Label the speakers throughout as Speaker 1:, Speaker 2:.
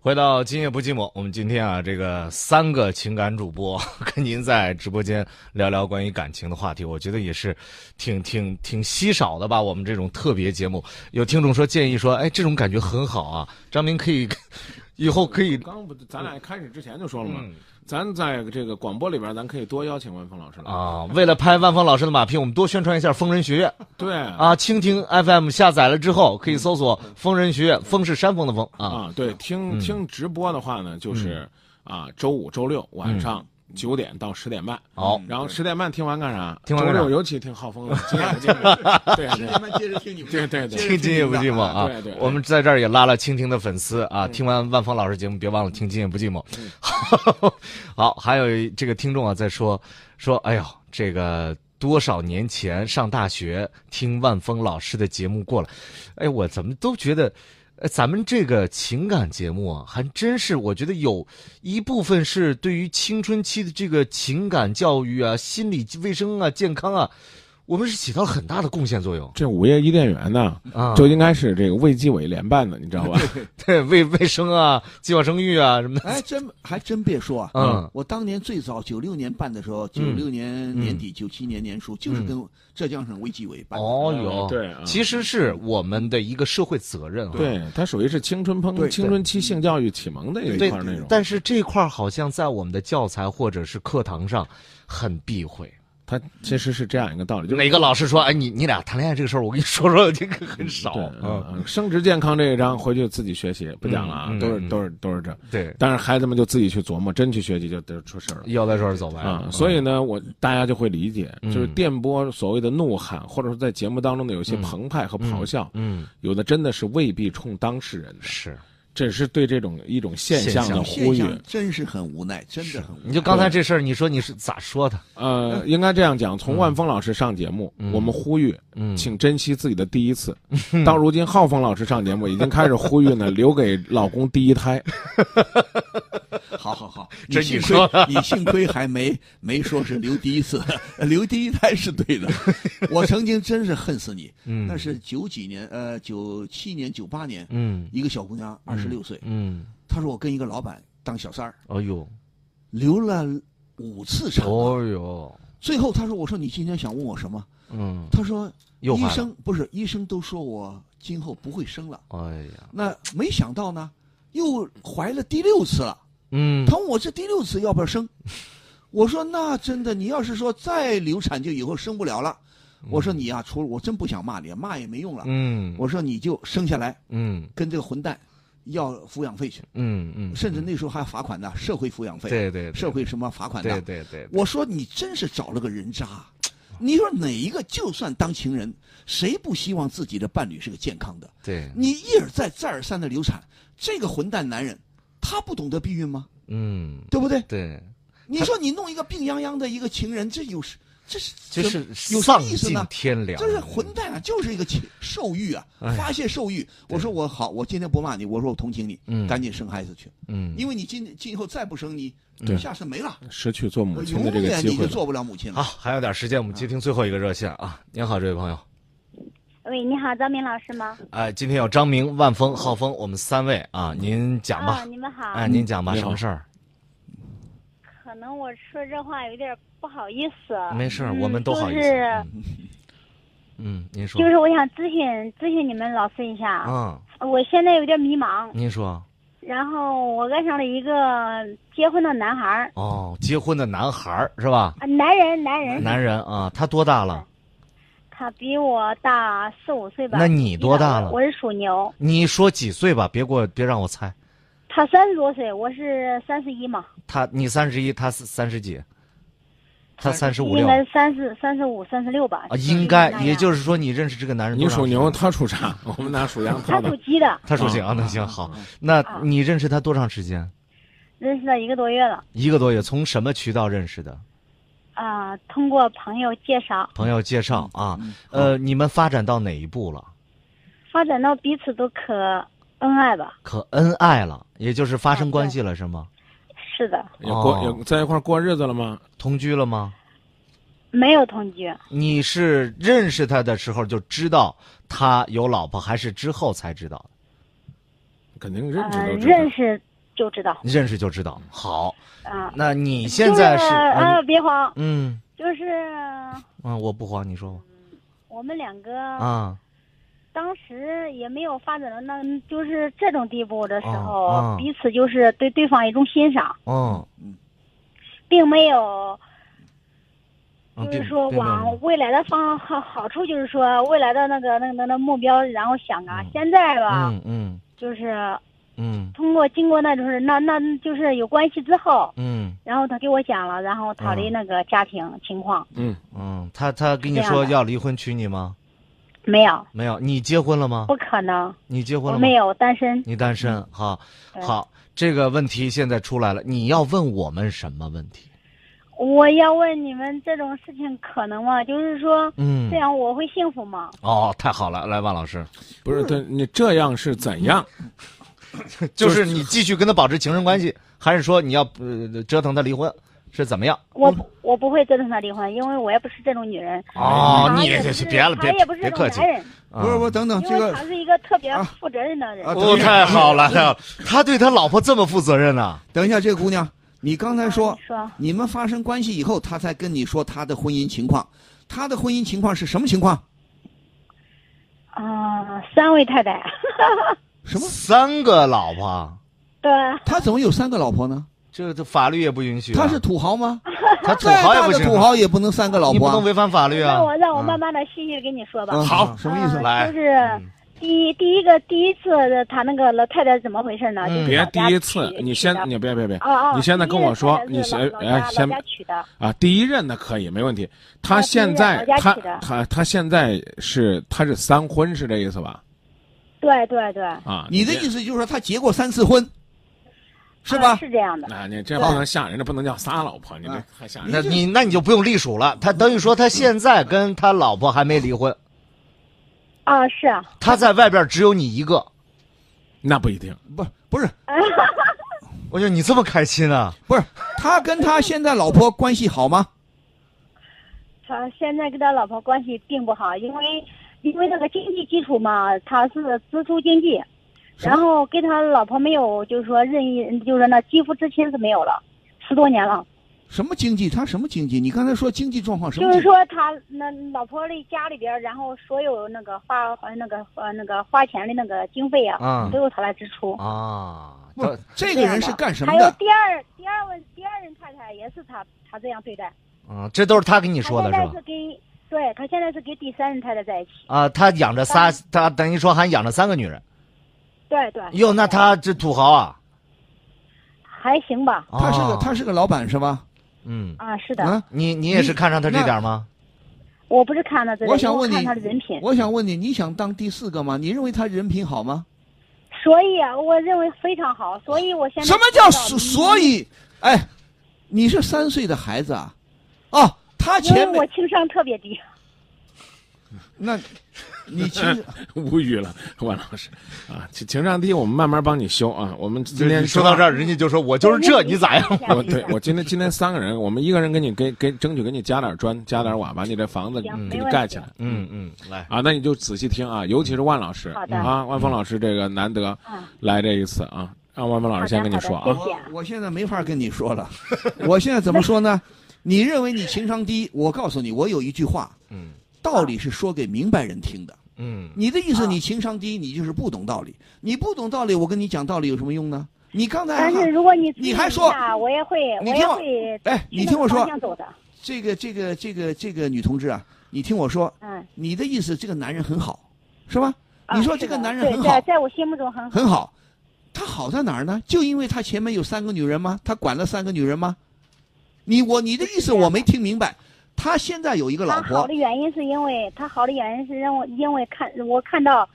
Speaker 1: 回到今夜不寂寞，我们今天啊，这个三个情感主播 跟您在直播间聊聊关于感情的话题，我觉得也是挺挺挺稀少的吧。我们这种特别节目，有听众说建议说，哎，这种感觉很好啊，张明可以 以后可以
Speaker 2: 刚不，咱
Speaker 1: 嗯
Speaker 2: 俩开始之前就说了嘛，咱在这个广播里边，咱可以多邀请万峰老师了。
Speaker 1: 啊，为了拍万峰老师的马屁，我们多宣传一下疯人学院
Speaker 2: 对啊
Speaker 1: 啊。蜻蜓 FM 下载了之后，可以搜索“疯人学院”，风是山峰的风啊。
Speaker 2: 对，听听直播的话呢，
Speaker 1: 嗯
Speaker 2: 就是啊，周五、周六晚上九点到十点半。
Speaker 1: 好，
Speaker 2: 然后十点半听完干啥？
Speaker 1: 听完干
Speaker 2: 周
Speaker 1: 啥
Speaker 2: 六尤其听浩峰的，今夜不 寂寞对对
Speaker 3: 他们接着听你们
Speaker 2: 对啊对对
Speaker 3: 接着
Speaker 1: 听今夜不
Speaker 3: 你
Speaker 1: 寂
Speaker 3: 们
Speaker 1: 寞
Speaker 3: 的
Speaker 1: 啊！
Speaker 2: 对对对
Speaker 1: 我们在这儿也拉了蜻蜓的粉丝啊！听完万峰老师节目，别忘了听今夜不寂寞。 好，还有一这个听众啊，在说说，哎呦，这个多少年前上大学听万峰老师的节目过来，哎，我怎么都觉得。呃，咱们这个情感节目啊，还真是，我觉得有一部分是对于青春期的这个情感教育啊、心理卫生啊、健康啊，我们是起到了很大的贡献作用
Speaker 2: 这午夜伊甸园呢，
Speaker 1: 啊。
Speaker 2: 就应该是这个卫计委联办的，你知道吧？
Speaker 1: 对卫卫生啊、计划生育啊什 么的。
Speaker 3: 哎，真还真别说啊，
Speaker 1: 嗯
Speaker 3: 我当年最早九六年办的时候，九
Speaker 1: 嗯
Speaker 3: 六年年底，九七年年初，就是跟浙江省卫计委办的。
Speaker 1: 哦哟，
Speaker 2: 对啊
Speaker 1: 其实是我们的一个社会责任啊。
Speaker 2: 对，它属于是青春烹
Speaker 3: 对
Speaker 2: 青春期性教育启蒙的一
Speaker 1: 对
Speaker 2: 块内容，。
Speaker 1: 但是这块儿好像在我们的教材或者是课堂上很避讳。
Speaker 2: 它其实是这样一个道理，就是
Speaker 1: 哪个老师说，哎，你你俩谈恋爱这个事儿，我跟你说说，这个很少。
Speaker 2: 对，
Speaker 1: 嗯，
Speaker 2: 嗯，生殖健康这一章回去自己学习，不讲了啊
Speaker 1: 嗯，
Speaker 2: 都
Speaker 1: 嗯
Speaker 2: 是都是都是这。
Speaker 1: 对，
Speaker 2: 但是孩子们就自己去琢磨，真去学习就得出事儿了。
Speaker 1: 腰带这儿走歪
Speaker 2: 啊
Speaker 1: 了。，
Speaker 2: 所以呢，我大家就会理解，
Speaker 1: 哎嗯
Speaker 2: 就是电波所谓的怒喊，或者说在节目当中的有些
Speaker 1: 嗯
Speaker 2: 澎湃和咆哮，
Speaker 1: 嗯，
Speaker 2: 有的真的是未必冲当事人的，
Speaker 1: 是。
Speaker 2: 这是对这种一种现象的呼
Speaker 3: 现
Speaker 2: 吁。
Speaker 3: 象真是很无奈，真的很无奈。
Speaker 1: 你就刚才这事儿，你说你是咋说的？
Speaker 2: 呃，应该这样讲，从万峰老师上节目，我们呼吁，
Speaker 1: 嗯
Speaker 2: 请珍惜自己的第一 次。到如今，浩峰老师上节目已经开始呼吁呢，留给老公第一胎。
Speaker 3: 好好好，
Speaker 1: 这
Speaker 3: 幸
Speaker 1: 你
Speaker 3: 亏
Speaker 1: 说
Speaker 3: 你幸亏还没没说是留第一次， 留第一胎是 对的。我曾经真是恨死你，
Speaker 1: 嗯
Speaker 3: 那是九几年，呃，九七年、九八年，
Speaker 1: 嗯
Speaker 3: 一个小姑娘二十六岁，
Speaker 1: 嗯，
Speaker 3: 她说我跟一个老板当小三儿，
Speaker 1: 哎呦，
Speaker 3: 留了五次产。
Speaker 1: 哦呦，
Speaker 3: 最后她说：“我说你今天想问我什么
Speaker 1: 嗯？”，
Speaker 3: 她说：“
Speaker 1: 又
Speaker 3: 医
Speaker 1: 坏了
Speaker 3: 生不是医生都说我今后不会生了。
Speaker 1: 哎呀”，
Speaker 3: 那没想到呢，又怀了第六次了。
Speaker 1: 嗯
Speaker 3: 她，问我这第六次要不要生？我说：“那真的，你要是说再流产，就以后生不了了。”我说：“你呀、除了我真不想骂你，骂也没用了。
Speaker 1: 嗯，
Speaker 3: 我说你就生下来，
Speaker 1: 嗯，
Speaker 3: 跟这个混蛋要抚养费去，
Speaker 1: 嗯嗯，
Speaker 3: 甚至那时候还罚款呢，社会抚养费，
Speaker 1: 对对对
Speaker 3: 社会什么罚款的。
Speaker 1: 对对对，
Speaker 3: 我说你真是找了个人渣。你说哪一个就算当情人，谁不希望自己的伴侣是个健康的？
Speaker 1: 对，
Speaker 3: 你一而再再而三的流产，这个混蛋男人，他不懂得避孕吗？
Speaker 1: 嗯，
Speaker 3: 对不对？
Speaker 1: 对，
Speaker 3: 你说你弄一个病殃殃的一个情人，这有什这是
Speaker 1: 就
Speaker 3: 这
Speaker 1: 是
Speaker 3: 有什
Speaker 1: 丧
Speaker 3: 么意思
Speaker 1: 尽
Speaker 3: 呢？
Speaker 1: 天良，
Speaker 3: 这是混蛋啊！就是一个情兽欲啊，发泄兽欲。我说我好，我今天不骂你，我说我同情你，
Speaker 1: 嗯
Speaker 3: 赶紧生孩子去，
Speaker 1: 嗯，
Speaker 3: 因为你今今后再不生你，
Speaker 2: 对
Speaker 3: 下次没了，
Speaker 2: 失去做母亲的这
Speaker 3: 永
Speaker 2: 个
Speaker 3: 远
Speaker 2: 机
Speaker 3: 你
Speaker 2: 会
Speaker 3: 就
Speaker 2: 了。
Speaker 3: 做不了母亲
Speaker 1: 好，
Speaker 3: 了。
Speaker 1: 还有点时间，我们接听最后一个热线啊。您好，这位朋友，
Speaker 4: 喂，你好，张明老师吗？
Speaker 1: 哎，今天有张明、万峰、浩峰，我们三位啊，您讲
Speaker 4: 啊，
Speaker 1: 吧，
Speaker 4: 你们好。
Speaker 1: 哎，您讲吧，
Speaker 2: 你
Speaker 1: 什
Speaker 2: 好
Speaker 1: 么事儿？
Speaker 4: 可能我说这话有点不好意思。
Speaker 1: 没事儿，
Speaker 4: 嗯
Speaker 1: 我们都好意思
Speaker 4: 就。是
Speaker 1: 嗯嗯，您说
Speaker 4: 就，是我想咨询咨询你们老师一下，啊
Speaker 1: 嗯，
Speaker 4: 我现在有点迷茫。
Speaker 1: 您说，
Speaker 4: 然后我爱上了一个结婚的男孩儿，
Speaker 1: 哦，结婚的男孩儿是吧？
Speaker 4: 啊，男人，男人，
Speaker 1: 男人啊，他多大了？
Speaker 4: 他比我大四五岁吧。
Speaker 1: 那你多大了
Speaker 4: 我是属牛，
Speaker 1: 你说几岁吧，别给我，别让我猜。
Speaker 4: 他三十多岁，我是三十一嘛。
Speaker 1: 他你三十一，他三三十几，他三十五
Speaker 4: 应
Speaker 1: 六
Speaker 4: 该三十三十五、三十六吧。
Speaker 1: 啊，应该
Speaker 4: 那样
Speaker 1: 也就是说你认识这个男人
Speaker 2: 你
Speaker 1: 多长时
Speaker 2: 属
Speaker 1: 间
Speaker 2: 牛，嗯
Speaker 1: 了，
Speaker 2: 他属啥？我们俩属羊，
Speaker 4: 他
Speaker 2: 他
Speaker 4: 属
Speaker 2: 的。
Speaker 4: 鸡的，
Speaker 1: 他属鸡啊，那行好，那你认识他多长时间？
Speaker 4: 认识了一个多月了
Speaker 1: 一个多月，从什么渠道认识的？
Speaker 4: 啊、通过朋友介绍。
Speaker 1: 朋友介绍啊，
Speaker 4: 嗯
Speaker 1: 呃，你们发展到哪一步了？
Speaker 4: 发展到彼此都可恩爱吧。
Speaker 1: 可恩爱了，也就是发生
Speaker 4: 啊
Speaker 1: 关
Speaker 4: 对
Speaker 1: 系了是吗？
Speaker 4: 是的，
Speaker 2: 也过
Speaker 1: 哦
Speaker 2: 也在一块儿过日子了吗？
Speaker 1: 同居了吗？
Speaker 4: 没有同居，
Speaker 1: 你是认识他的时候就知道他有老婆，还是之后才知道的？
Speaker 2: 肯定认
Speaker 4: 嗯、
Speaker 2: 知都知道。
Speaker 4: 认识就知道
Speaker 1: 认识就知道。好，
Speaker 4: 啊。
Speaker 1: 那你现在
Speaker 4: 就是是
Speaker 1: 嗯
Speaker 4: 呃，别慌，
Speaker 1: 嗯
Speaker 4: 就是
Speaker 1: 嗯，我不慌，你说吧。
Speaker 4: 我们两个
Speaker 1: 啊
Speaker 4: 当时也没有发展到那就是这种地步的时候，
Speaker 1: 啊啊
Speaker 4: 彼此就是对对方一种欣赏，
Speaker 1: 嗯，
Speaker 4: 并没有
Speaker 1: 嗯
Speaker 4: 就是
Speaker 1: 并
Speaker 4: 说
Speaker 1: 并没有
Speaker 4: 往未来的方好好处，就是说未来的那个那个那个目标，然后想啊，
Speaker 1: 嗯
Speaker 4: 现在吧，
Speaker 1: 嗯嗯
Speaker 4: 就是
Speaker 1: 嗯
Speaker 4: 通过经过那就是那那就是有关系之后，
Speaker 1: 嗯
Speaker 4: 然后他给我讲了，然后逃离
Speaker 1: 嗯
Speaker 4: 那个家庭情况、
Speaker 2: 嗯，
Speaker 1: 嗯，他他跟你
Speaker 4: 这样
Speaker 1: 说
Speaker 4: 的
Speaker 1: 要离婚娶你吗？
Speaker 4: 没有，
Speaker 1: 没有，你结婚了吗？
Speaker 4: 不可能，
Speaker 1: 你结婚
Speaker 4: 我
Speaker 1: 了吗
Speaker 4: 没？有单身，
Speaker 1: 你单身，好，
Speaker 4: 对
Speaker 1: 好，这个问题现在出来了，你要问我们什么问题？
Speaker 4: 我要问你们这种事情可能吗？就是说
Speaker 1: 嗯
Speaker 4: 这，样我会幸福吗？
Speaker 1: 哦，太好了，来，万老 师，
Speaker 2: 不是，对你这样是怎样？
Speaker 1: 就是你继续跟他保持情人关系，还是说你要呃折腾他离婚，是怎么样？
Speaker 4: 我不我不会折腾他离婚，因为我也不是这种女人。
Speaker 1: 哦，
Speaker 4: 哎他
Speaker 1: 你
Speaker 4: 也
Speaker 1: 也
Speaker 4: 不
Speaker 1: 是
Speaker 4: 是
Speaker 1: 别了，别
Speaker 4: 他也不是
Speaker 1: 别
Speaker 4: 这
Speaker 1: 客
Speaker 4: 种
Speaker 1: 气
Speaker 4: 男，人，
Speaker 1: 啊
Speaker 3: 不是，不是，等等，
Speaker 4: 因
Speaker 3: 这
Speaker 4: 为
Speaker 3: 个
Speaker 4: 他是一个特别
Speaker 3: 啊
Speaker 4: 负责任的人。
Speaker 3: 啊
Speaker 1: 哦，太好 了，太好了，他对他老婆这么负责任啊呢？
Speaker 3: 等一下，这个姑娘，你刚才说
Speaker 4: 啊你说
Speaker 3: 你们发生关系以后，他才跟你说他的婚姻情况，他的婚姻情况是什么情况？
Speaker 4: 啊、三位太太，
Speaker 3: 什么？
Speaker 1: 三个老婆，
Speaker 4: 对，
Speaker 3: 他怎么有三个老婆呢？
Speaker 1: 这这法律也不允许啊。
Speaker 3: 他是土豪吗？
Speaker 1: 他土
Speaker 3: 再
Speaker 1: 豪也
Speaker 3: 大
Speaker 1: 不
Speaker 3: 的
Speaker 1: 行啊，
Speaker 3: 土豪也不能三个老
Speaker 1: 你
Speaker 3: 婆
Speaker 1: 不
Speaker 3: 啊、
Speaker 1: 能违反法律啊
Speaker 4: 让。我让我
Speaker 1: 啊
Speaker 4: 慢慢的细细的跟你说吧。
Speaker 3: 嗯
Speaker 1: 好
Speaker 3: 什么意思
Speaker 4: 啊？
Speaker 1: 来
Speaker 4: 就是第一第一个第一次的他那个老太太怎么回事呢？
Speaker 1: 嗯
Speaker 4: 就是
Speaker 2: 别
Speaker 4: 老
Speaker 2: 第
Speaker 4: 家
Speaker 2: 一
Speaker 4: 娶
Speaker 2: 次，
Speaker 4: 娶
Speaker 2: 你先
Speaker 4: 的，
Speaker 2: 你别别别
Speaker 4: 哦哦，
Speaker 2: 你现在跟我说，
Speaker 4: 第一
Speaker 2: 你
Speaker 4: 个太
Speaker 2: 先
Speaker 4: 太是老
Speaker 2: 哎
Speaker 4: 老家
Speaker 2: 先
Speaker 4: 老家娶的，
Speaker 2: 啊，第一任呢可以没问题。他
Speaker 4: 啊
Speaker 2: 现在
Speaker 4: 第一任老家
Speaker 2: 他
Speaker 4: 娶的
Speaker 2: 他他现在是他是三婚是这意思吧？
Speaker 4: 对对对，
Speaker 2: 啊，
Speaker 3: 你的
Speaker 2: 这
Speaker 3: 意思就是说他结过三次婚，是吧？
Speaker 4: 啊是这样的，
Speaker 2: 啊，你这不能吓人，这不能叫仨老婆，你这
Speaker 3: 啊
Speaker 2: 太吓人
Speaker 1: 那
Speaker 2: 了。
Speaker 1: 你那你就不用隶属了。他等于说他现在跟他老婆还没离婚，
Speaker 4: 啊是啊，
Speaker 1: 他在外边只有你一个。
Speaker 2: 那不一定，
Speaker 3: 不不是
Speaker 1: 我说你这么开心啊？
Speaker 3: 不是，他跟他现在老婆关系好吗？
Speaker 4: 他现在跟他老婆关系并不好，因为因为那个经济基础嘛，他是支出经济，
Speaker 3: 什么
Speaker 4: 然后跟他老婆没有就是说任意就是那肌肤之亲是没有了，十多年了。
Speaker 3: 什么经济？他什么经济？你刚才说经济状况什么
Speaker 4: 就
Speaker 3: 经
Speaker 4: 是
Speaker 3: 济？
Speaker 4: 说他那老婆的家里边儿，然后所有那个花呃那个呃那个花钱的那个经费啊，
Speaker 1: 嗯
Speaker 4: 都由他来支出。
Speaker 1: 啊，
Speaker 3: 不是
Speaker 1: 他
Speaker 3: 这
Speaker 4: 这
Speaker 3: 个
Speaker 4: 样
Speaker 3: 人
Speaker 4: 的
Speaker 3: 是干什
Speaker 4: 还
Speaker 3: 么
Speaker 4: 有
Speaker 1: 啊
Speaker 3: 的？
Speaker 4: 第二第二位第二任太太也是他他这样对待，
Speaker 1: 嗯，这都是他跟你
Speaker 4: 你
Speaker 1: 说的
Speaker 4: 他
Speaker 1: 是
Speaker 4: 现
Speaker 1: 吧
Speaker 4: 在？是跟对他现在是跟第三任太太在一起。
Speaker 1: 啊，他养着仨，他等于说还养着三个女人。
Speaker 4: 对对。
Speaker 1: 哟，那他这土豪啊？
Speaker 4: 还行吧？
Speaker 3: 他是个
Speaker 1: 哦
Speaker 3: 他是个老板是吧？
Speaker 1: 嗯，
Speaker 4: 啊，是的，
Speaker 3: 啊，
Speaker 1: 你你也是看上他这点吗？
Speaker 4: 我不是看他这个，
Speaker 3: 我想
Speaker 4: 因为
Speaker 3: 问你
Speaker 4: 看他的人品，
Speaker 3: 我想问你，你想当第四个吗？你认为他人品好吗？
Speaker 4: 所以啊，我认为非常好，所以我现在
Speaker 3: 什么叫
Speaker 4: 知道
Speaker 3: 所所？以？哎，你是三岁的孩子啊？哦，他
Speaker 4: 因为
Speaker 3: 前
Speaker 4: 我
Speaker 3: 面
Speaker 4: 情商特别低，
Speaker 3: 那，你其实
Speaker 2: 无语了， 万老师啊，情情商低，我们慢慢帮你修啊。我们今天
Speaker 1: 说到这儿，人家就说我就是这，你咋样？
Speaker 2: 我 对我今天今天三个人，我们一个人给你给给争取给你加点砖，加点瓦，把你这房子给
Speaker 4: 行
Speaker 2: 你
Speaker 4: 没问
Speaker 2: 盖
Speaker 4: 题
Speaker 2: 起来。
Speaker 1: 嗯嗯，来，
Speaker 2: 啊，那你就仔细听啊，尤其是万老师
Speaker 4: 好的
Speaker 2: 啊，万峰老师这个难得
Speaker 4: 嗯
Speaker 2: 来这一次啊，让万峰老师先跟你说
Speaker 4: 好
Speaker 2: 啊
Speaker 4: 的，谢谢
Speaker 3: 我我现在没法跟你说了，我现在怎么说呢？你认为你情商低，我告诉你，我有一句话，
Speaker 1: 嗯
Speaker 3: 道理是说给明白人听的。
Speaker 1: 嗯。
Speaker 3: 你的意思，
Speaker 4: 啊
Speaker 3: 你情商低，你就是不懂道理。你不懂道理，我跟你讲道理有什么用呢？你刚才
Speaker 4: 但是
Speaker 3: 还
Speaker 4: 如果你
Speaker 3: 哎你
Speaker 4: 注意
Speaker 3: 还
Speaker 4: 一
Speaker 3: 说
Speaker 4: 下我也会，
Speaker 3: 你
Speaker 4: 我
Speaker 3: 听
Speaker 4: 也
Speaker 3: 我
Speaker 4: 会
Speaker 3: 哎，你
Speaker 4: 去那
Speaker 3: 听
Speaker 4: 个
Speaker 3: 我说
Speaker 4: 方，向走的，
Speaker 3: 这个这个这个这个女同志啊，你听我说，
Speaker 4: 嗯，
Speaker 3: 你的意思，这个男人很好，是吧？
Speaker 4: 啊
Speaker 3: 你说
Speaker 4: 是
Speaker 3: 这个
Speaker 4: 的
Speaker 3: 男人
Speaker 4: 对
Speaker 3: 很
Speaker 4: 在
Speaker 3: 好
Speaker 4: 在我心目中很好，
Speaker 3: 很好，他好在哪儿呢？就因为他前面有三个女人吗？他管了三个女人吗？你我你的意思我没听明白。他现在有一个老
Speaker 4: 他啊好
Speaker 3: 婆
Speaker 4: 的，原因是因为他好的原因是让我因为看我看到，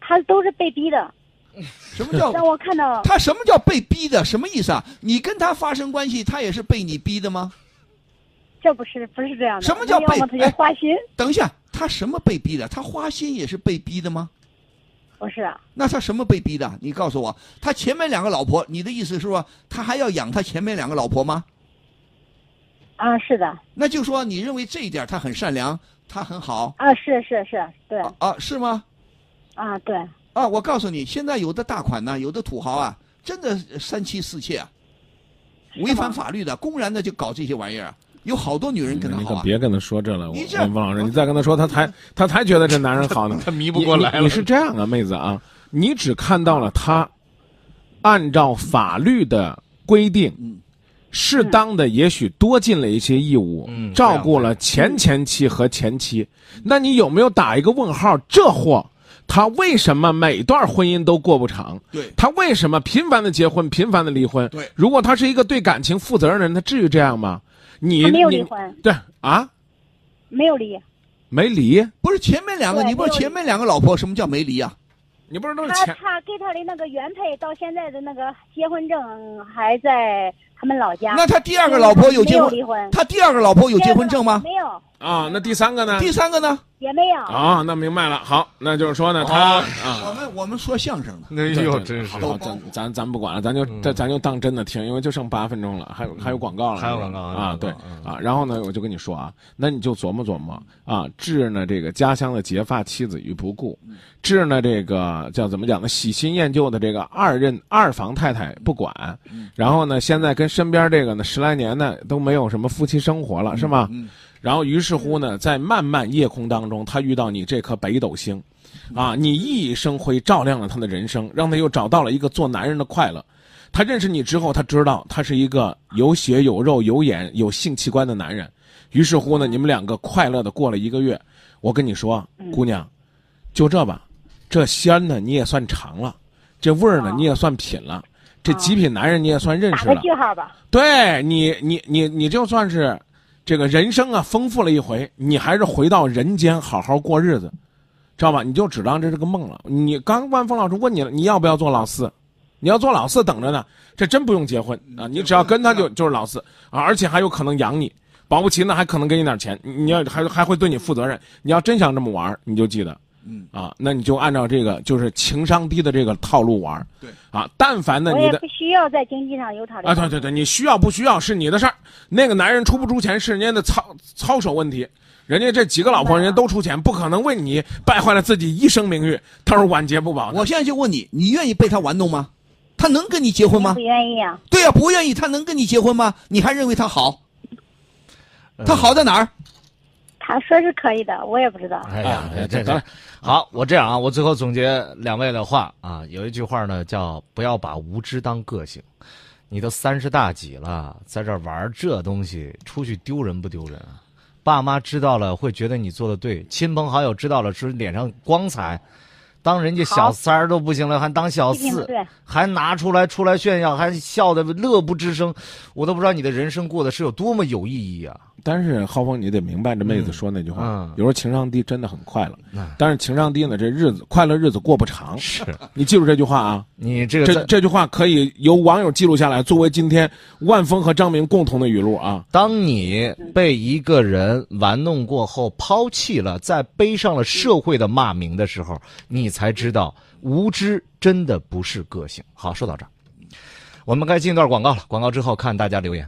Speaker 4: 他都是被逼的，
Speaker 3: 什么叫
Speaker 4: 让我看到
Speaker 3: 他什么叫被逼的？什么意思啊？你跟他发生关系，他也是被你逼的吗？
Speaker 4: 这不是不是这样的，
Speaker 3: 什么叫
Speaker 4: 那
Speaker 3: 被
Speaker 4: 要么他
Speaker 3: 哎
Speaker 4: 就花心，
Speaker 3: 等一下，他什么被逼的？他花心也是被逼的吗？
Speaker 4: 不是啊，
Speaker 3: 那他什么被逼的？你告诉我，他前面两个老婆，你的意思是说他还要养他前面两个老婆吗？
Speaker 4: 啊是的，
Speaker 3: 那就说你认为这一点他很善良，他很好
Speaker 4: 啊是是是，对，
Speaker 3: 啊啊，是吗？
Speaker 4: 啊对，
Speaker 3: 啊，我告诉你，现在有的大款呢，有的土豪啊，真的三妻四妾啊，违反法律的，公然的就搞这些玩意儿啊，有好多女人跟他
Speaker 2: 你
Speaker 3: 好
Speaker 2: 可
Speaker 3: 啊。
Speaker 2: 别跟他说这了，我
Speaker 3: 你这
Speaker 2: 我王老师，你再跟他说，他才他才觉得这男人好呢
Speaker 1: 他迷不过来了
Speaker 2: 你你你是这样啊，妹子啊，你只看到了他按照法律的规定
Speaker 3: 嗯，
Speaker 2: 适当的也许多尽了一些义务
Speaker 1: 嗯，
Speaker 2: 照顾了前前妻和前妻。那你有没有打一个问号？这货他为什么每段婚姻都过不长？
Speaker 3: 对
Speaker 2: 他为什么频繁的结婚，频繁的离婚？
Speaker 3: 对
Speaker 2: 如果他是一个对感情负责任的人，他至于这样吗？你
Speaker 4: 他没有
Speaker 2: 你
Speaker 4: 离婚
Speaker 2: 对啊，
Speaker 4: 没有离，
Speaker 2: 没离，
Speaker 3: 不是前面两个，
Speaker 4: 对
Speaker 3: 你不是
Speaker 4: 没有
Speaker 3: 前面两个老婆，什么叫没离啊？
Speaker 2: 你不是都是
Speaker 4: 他
Speaker 2: 前
Speaker 4: 他给他的那个原配到现在的那个结婚证还在他们老家。
Speaker 3: 那他第二个老婆有结
Speaker 4: 没有
Speaker 3: 婚
Speaker 4: 离婚
Speaker 3: 他第二个老婆有
Speaker 4: 第
Speaker 3: 结
Speaker 4: 二个
Speaker 3: 婚证吗？
Speaker 4: 没有，
Speaker 2: 啊？那第三个呢？
Speaker 3: 第三个呢？
Speaker 4: 也没有。
Speaker 2: 啊，那明白了。好，那就是说呢，他啊。
Speaker 3: 我们我们说相声的，
Speaker 1: 那
Speaker 2: 对
Speaker 1: 哟，
Speaker 2: 对
Speaker 1: 哎真是
Speaker 2: 好好，咱咱咱不管了，咱就
Speaker 1: 嗯
Speaker 2: 咱咱就当真的听，因为就剩八分钟了，还有还有广告了，
Speaker 1: 还有广告
Speaker 2: 啊，对
Speaker 1: 嗯
Speaker 2: 啊。然后呢，我就跟你说啊，那你就琢磨琢磨啊，置呢这个家乡的结发妻子于不顾，置呢这个叫怎么讲呢，喜新厌旧的这个二任二房太太不管，然后呢，现在跟身边这个呢十来年呢都没有什么夫妻生活了，是吗？
Speaker 3: 嗯，
Speaker 2: 然后于是乎呢，在漫漫夜空当中，他遇到你这颗北斗星，啊，你熠熠生辉，照亮了他的人生，让他又找到了一个做男人的快乐。他认识你之后，他知道他是一个有血有肉有眼有性器官的男人。于是乎呢，你们两个快乐的过了一个月。我跟你说，姑娘，就这吧，这仙呢你也算尝了，这味儿呢
Speaker 4: 哦
Speaker 2: 你也算品了，这极品男人你也算认
Speaker 4: 打
Speaker 2: 识
Speaker 4: 个
Speaker 2: 了。
Speaker 4: 句号吧。
Speaker 2: 对你，你你你就算是这个人生啊，丰富了一回，你还是回到人间好好过日子，知道吧？你就只当这是个梦了。你刚万峰老师问你了，你要不要做老四？你要做老四，等着呢。这真不用结婚啊，你只要跟他就就是老四啊，而且还有可能养你，保不齐呢还可能给你点钱，你你要还还会对你负责任。你要真想这么玩儿，你就记得，
Speaker 3: 嗯
Speaker 2: 啊，那你就按照这个就是情商低的这个套路玩儿，
Speaker 3: 对
Speaker 2: 啊，但凡呢
Speaker 4: 我
Speaker 2: 你
Speaker 4: 也
Speaker 2: 的
Speaker 4: 不需要在经济上有他的。
Speaker 2: 啊，对对对，你需要不需要是你的事儿，那个男人出不出钱是人家的操操守问题，人家这几个老婆人家都出钱，不可能为你败坏了自己一生名誉，他是晚节不保的。
Speaker 3: 我现在就问你，你愿意被他玩弄吗？他能跟你结婚吗
Speaker 4: 不？愿意啊，
Speaker 3: 对呀、不愿意，他能跟你结婚吗？你还认为他好？
Speaker 1: 嗯
Speaker 3: 他好在哪儿？
Speaker 4: 他说是可以的，我也不知道。
Speaker 1: 哎呀
Speaker 2: 啊，哎
Speaker 1: 这
Speaker 2: 当
Speaker 1: 这
Speaker 2: 然
Speaker 1: 好，我这样啊，我最后总结两位的话啊，有一句话呢叫“不要把无知当个性”。你都三十大几了，在这儿玩这东西，出去丢人不丢人啊？爸妈知道了会觉得你做的对，亲朋好友知道了是脸上光彩，当人家小
Speaker 4: 好
Speaker 1: 三儿都不行了，还当小
Speaker 4: 批评不
Speaker 1: 四，
Speaker 4: 对，
Speaker 1: 还拿出来出来炫耀，还笑得乐不吱声，我都不知道你的人生过得是有多么有意义啊！
Speaker 2: 但是浩峰，你得明白这妹子说那句话，
Speaker 1: 嗯嗯
Speaker 2: 有时候情商低真的很快乐，
Speaker 1: 嗯
Speaker 2: 但是情商低呢，这日子快乐日子过不长。
Speaker 1: 是
Speaker 2: 你记住这句话啊，
Speaker 1: 你这个在
Speaker 2: 这这句话可以由网友记录下来，作为今天万峰和张明共同的语录啊。
Speaker 1: 当你被一个人玩弄过后抛弃了，再背上了社会的骂名的时候，你才知道无知真的不是个性。好，说到这儿，我们该进一段广告了。广告之后看大家留言。